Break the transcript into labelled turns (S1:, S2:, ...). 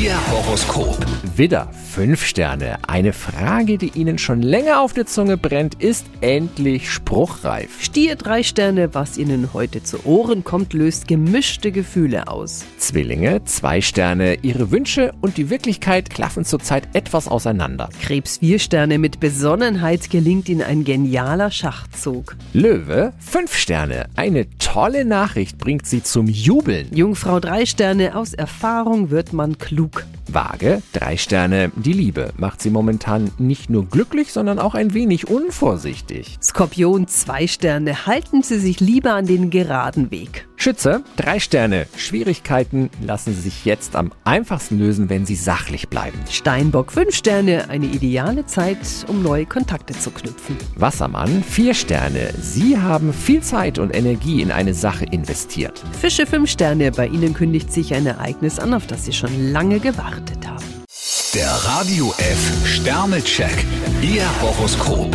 S1: Ihr Horoskop.
S2: Widder, 5 Sterne. Eine Frage, die Ihnen schon länger auf der Zunge brennt, ist endlich spruchreif.
S3: Stier drei Sterne, was Ihnen heute zu Ohren kommt, löst gemischte Gefühle aus.
S2: Zwillinge, 2 Sterne. Ihre Wünsche und die Wirklichkeit klaffen zurzeit etwas auseinander.
S3: Krebs vier Sterne, mit Besonnenheit gelingt Ihnen ein genialer Schachzug.
S2: Löwe, 5 Sterne. Eine tolle Nachricht bringt Sie zum Jubeln.
S3: Jungfrau drei Sterne, aus Erfahrung wird man klug.
S2: Waage, 3 Sterne. Die Liebe macht Sie momentan nicht nur glücklich, sondern auch ein wenig unvorsichtig.
S3: Skorpion zwei Sterne, halten Sie sich lieber an den geraden Weg.
S2: Schütze, 3 Sterne. Schwierigkeiten lassen sich jetzt am einfachsten lösen, wenn Sie sachlich bleiben.
S3: Steinbock fünf Sterne, eine ideale Zeit, um neue Kontakte zu knüpfen.
S2: Wassermann, vier Sterne. Sie haben viel Zeit und Energie in eine Sache investiert.
S3: Fische fünf Sterne, bei Ihnen kündigt sich ein Ereignis an, auf das Sie schon lange gewartet haben.
S1: Der Radio F Sternecheck. Ihr Horoskop.